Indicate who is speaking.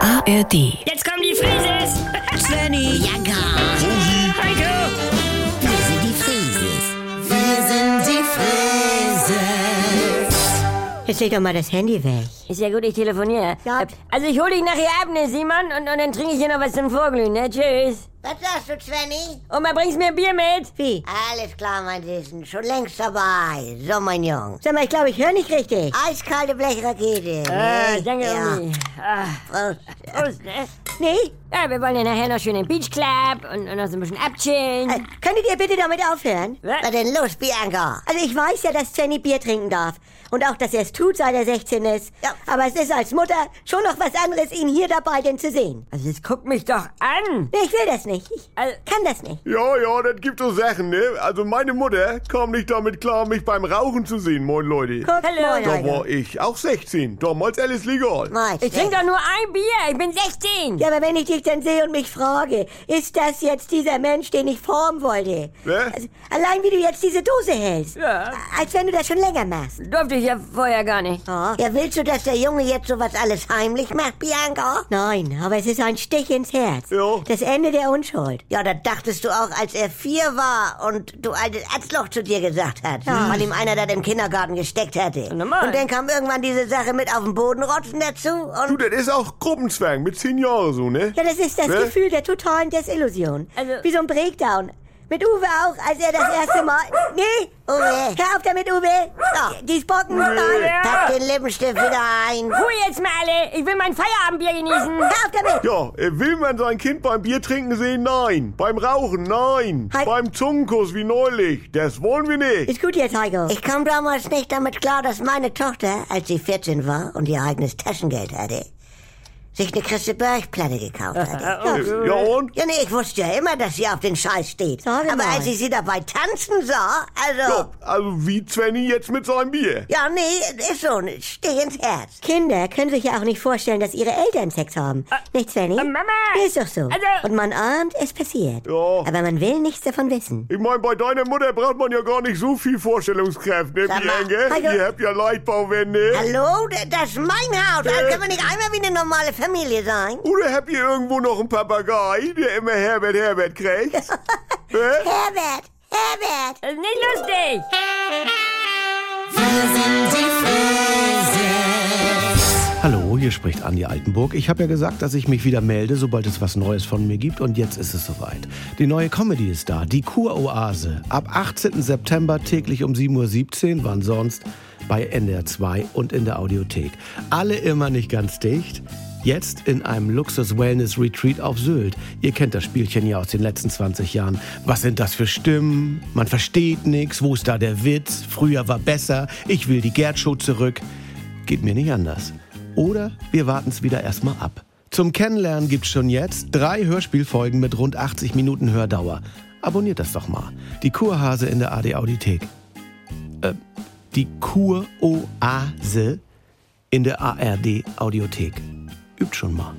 Speaker 1: ARD.
Speaker 2: Jetzt kommen die Frises!
Speaker 3: Svenny. Ja, gar.
Speaker 2: Heiko!
Speaker 3: Wir sind die Frieses. Wir sind die Frieses.
Speaker 4: Jetzt leg doch mal das Handy weg.
Speaker 5: Ist ja gut, ich telefoniere.
Speaker 4: Ja.
Speaker 5: Also ich hol dich nachher ab, ne, Simon, und, und dann trinke ich hier noch was zum Vorglühen, ne? Tschüss.
Speaker 3: Was sagst du, Svenny?
Speaker 5: Und mal bringst mir Bier mit.
Speaker 4: Wie?
Speaker 3: Alles klar, mein Süßen. Schon längst dabei. So, mein Jung.
Speaker 4: Sag mal, ich glaube, ich höre nicht richtig.
Speaker 3: Eiskalte Blechrakete.
Speaker 5: Ah,
Speaker 3: ne?
Speaker 5: danke,
Speaker 3: Ja.
Speaker 5: Umi. Ah,
Speaker 3: Prost.
Speaker 5: Prost, ne?
Speaker 4: Oh, Nee?
Speaker 5: Ja, wir wollen ja nachher noch schön im Beach Club und, und noch so ein bisschen
Speaker 4: Äh,
Speaker 5: abchillen.
Speaker 4: könntet ihr bitte damit aufhören?
Speaker 3: Was
Speaker 5: Was?
Speaker 3: denn los, Bianca?
Speaker 4: Also ich weiß ja, dass Jenny Bier trinken darf. Und auch, dass er es tut, seit er 16 ist.
Speaker 3: Ja.
Speaker 4: Aber es ist als Mutter schon noch was anderes, ihn hier dabei denn zu sehen.
Speaker 5: Also jetzt guck mich doch an.
Speaker 4: Nee, ich will das nicht. Ich
Speaker 5: Also,
Speaker 4: kann das nicht.
Speaker 6: Ja, ja, das gibt so Sachen, ne? Also meine Mutter kam nicht damit klar, mich beim Rauchen zu sehen, moin Leute.
Speaker 4: Guck,
Speaker 5: Hallo.
Speaker 4: moin,
Speaker 6: Da
Speaker 4: Heiko.
Speaker 6: war ich auch 16, damals alles legal.
Speaker 3: Meinst
Speaker 5: ich trinke doch nur ein Bier. Ich bin 16.
Speaker 4: Ja, aber wenn ich dich dann sehe und mich frage, ist das jetzt dieser Mensch, den ich formen wollte?
Speaker 6: Hä?
Speaker 4: Also, allein wie du jetzt diese Dose hältst.
Speaker 5: Ja.
Speaker 4: Als wenn du das schon länger machst.
Speaker 5: Durfte ich ja vorher gar nicht.
Speaker 4: Oh.
Speaker 3: Ja, willst du, dass der Junge jetzt sowas alles heimlich macht, Bianca?
Speaker 4: Nein, aber es ist ein Stich ins Herz.
Speaker 6: Ja.
Speaker 4: Das Ende der Unschuld.
Speaker 3: Ja, da dachtest du auch, als er vier war und du altes Atzloch zu dir gesagt hat, weil ihm einer das im Kindergarten gesteckt hätte.
Speaker 5: normal.
Speaker 3: Und dann kam irgendwann diese Sache mit auf den Boden rotzen dazu und
Speaker 6: Du, das ist auch Gruppenzwang mit 10 Jahren so, ne?
Speaker 4: Ja, das ist das
Speaker 6: Hä?
Speaker 4: Gefühl der totalen Desillusion.
Speaker 5: Also-
Speaker 4: Wie so ein Breakdown. Mit Uwe auch, als er das erste Mal... Nee,
Speaker 3: Uwe.
Speaker 4: hör auf damit, Uwe. So, die Spocken. Nein,
Speaker 3: pack den Lippenstift wieder ein.
Speaker 5: Ruhe jetzt mal alle. Ich will mein Feierabendbier genießen.
Speaker 4: hör auf damit.
Speaker 6: Ja, äh, will man sein Kind beim Bier trinken sehen? Nein. Beim Rauchen? Nein.
Speaker 4: Halt.
Speaker 6: Beim Zungenkuss wie neulich? Das wollen wir nicht.
Speaker 4: Ist gut jetzt, Heiko.
Speaker 3: Ich kam damals nicht damit klar, dass meine Tochter, als sie 14 war und ihr eigenes Taschengeld hatte, sich eine Christe Berg-Platte gekauft hatte.
Speaker 6: Äh, ja und?
Speaker 3: Ja, nee, ich wusste ja immer, dass sie auf den Scheiß steht.
Speaker 4: Sag
Speaker 3: Aber
Speaker 4: mal.
Speaker 3: als ich sie dabei tanzen sah, also...
Speaker 6: Ja, also wie Zwenny jetzt mit seinem Bier.
Speaker 3: Ja, nee, ist so. Stich ins Herz.
Speaker 4: Kinder können sich ja auch nicht vorstellen, dass ihre Eltern Sex haben. nicht, Svenny?
Speaker 5: äh, Mama!
Speaker 4: Ist doch so.
Speaker 5: Also-
Speaker 4: Und man ahnt, es passiert.
Speaker 6: Ja.
Speaker 4: Aber man will nichts davon wissen.
Speaker 6: Ich meine, bei deiner Mutter braucht man ja gar nicht so viel Vorstellungskraft, ne,
Speaker 3: Sag mal,
Speaker 6: Bianca?
Speaker 4: Heiko.
Speaker 6: Ihr habt ja Leichtbauwände.
Speaker 3: Hallo, d- das ist mein Haus. Da können wir nicht einmal wie eine normale Familie sein.
Speaker 6: Oder habt ihr irgendwo noch einen Papagei, der immer Herbert Herbert kriegt? Hä?
Speaker 3: Herbert, Herbert.
Speaker 5: Das ist nicht lustig.
Speaker 7: Hallo, hier spricht Andi Altenburg. Ich habe ja gesagt, dass ich mich wieder melde, sobald es was Neues von mir gibt. Und jetzt ist es soweit. Die neue Comedy ist da, die Kuroase. Ab 18. September täglich um 7.17 Uhr, wann sonst? Bei NDR 2 und in der Audiothek. Alle immer nicht ganz dicht. Jetzt in einem Luxus-Wellness-Retreat auf Sylt. Ihr kennt das Spielchen ja aus den letzten 20 Jahren. Was sind das für Stimmen? Man versteht nichts. Wo ist da der Witz? Früher war besser. Ich will die Gerd-Show zurück. Geht mir nicht anders. Oder wir warten es wieder erstmal ab. Zum Kennenlernen gibt's schon jetzt drei Hörspielfolgen mit rund 80 Minuten Hördauer. Abonniert das doch mal. Die Kurhase in der AD Audiothek. Äh, die Kuroase in der ARD Audiothek. Übt schon mal.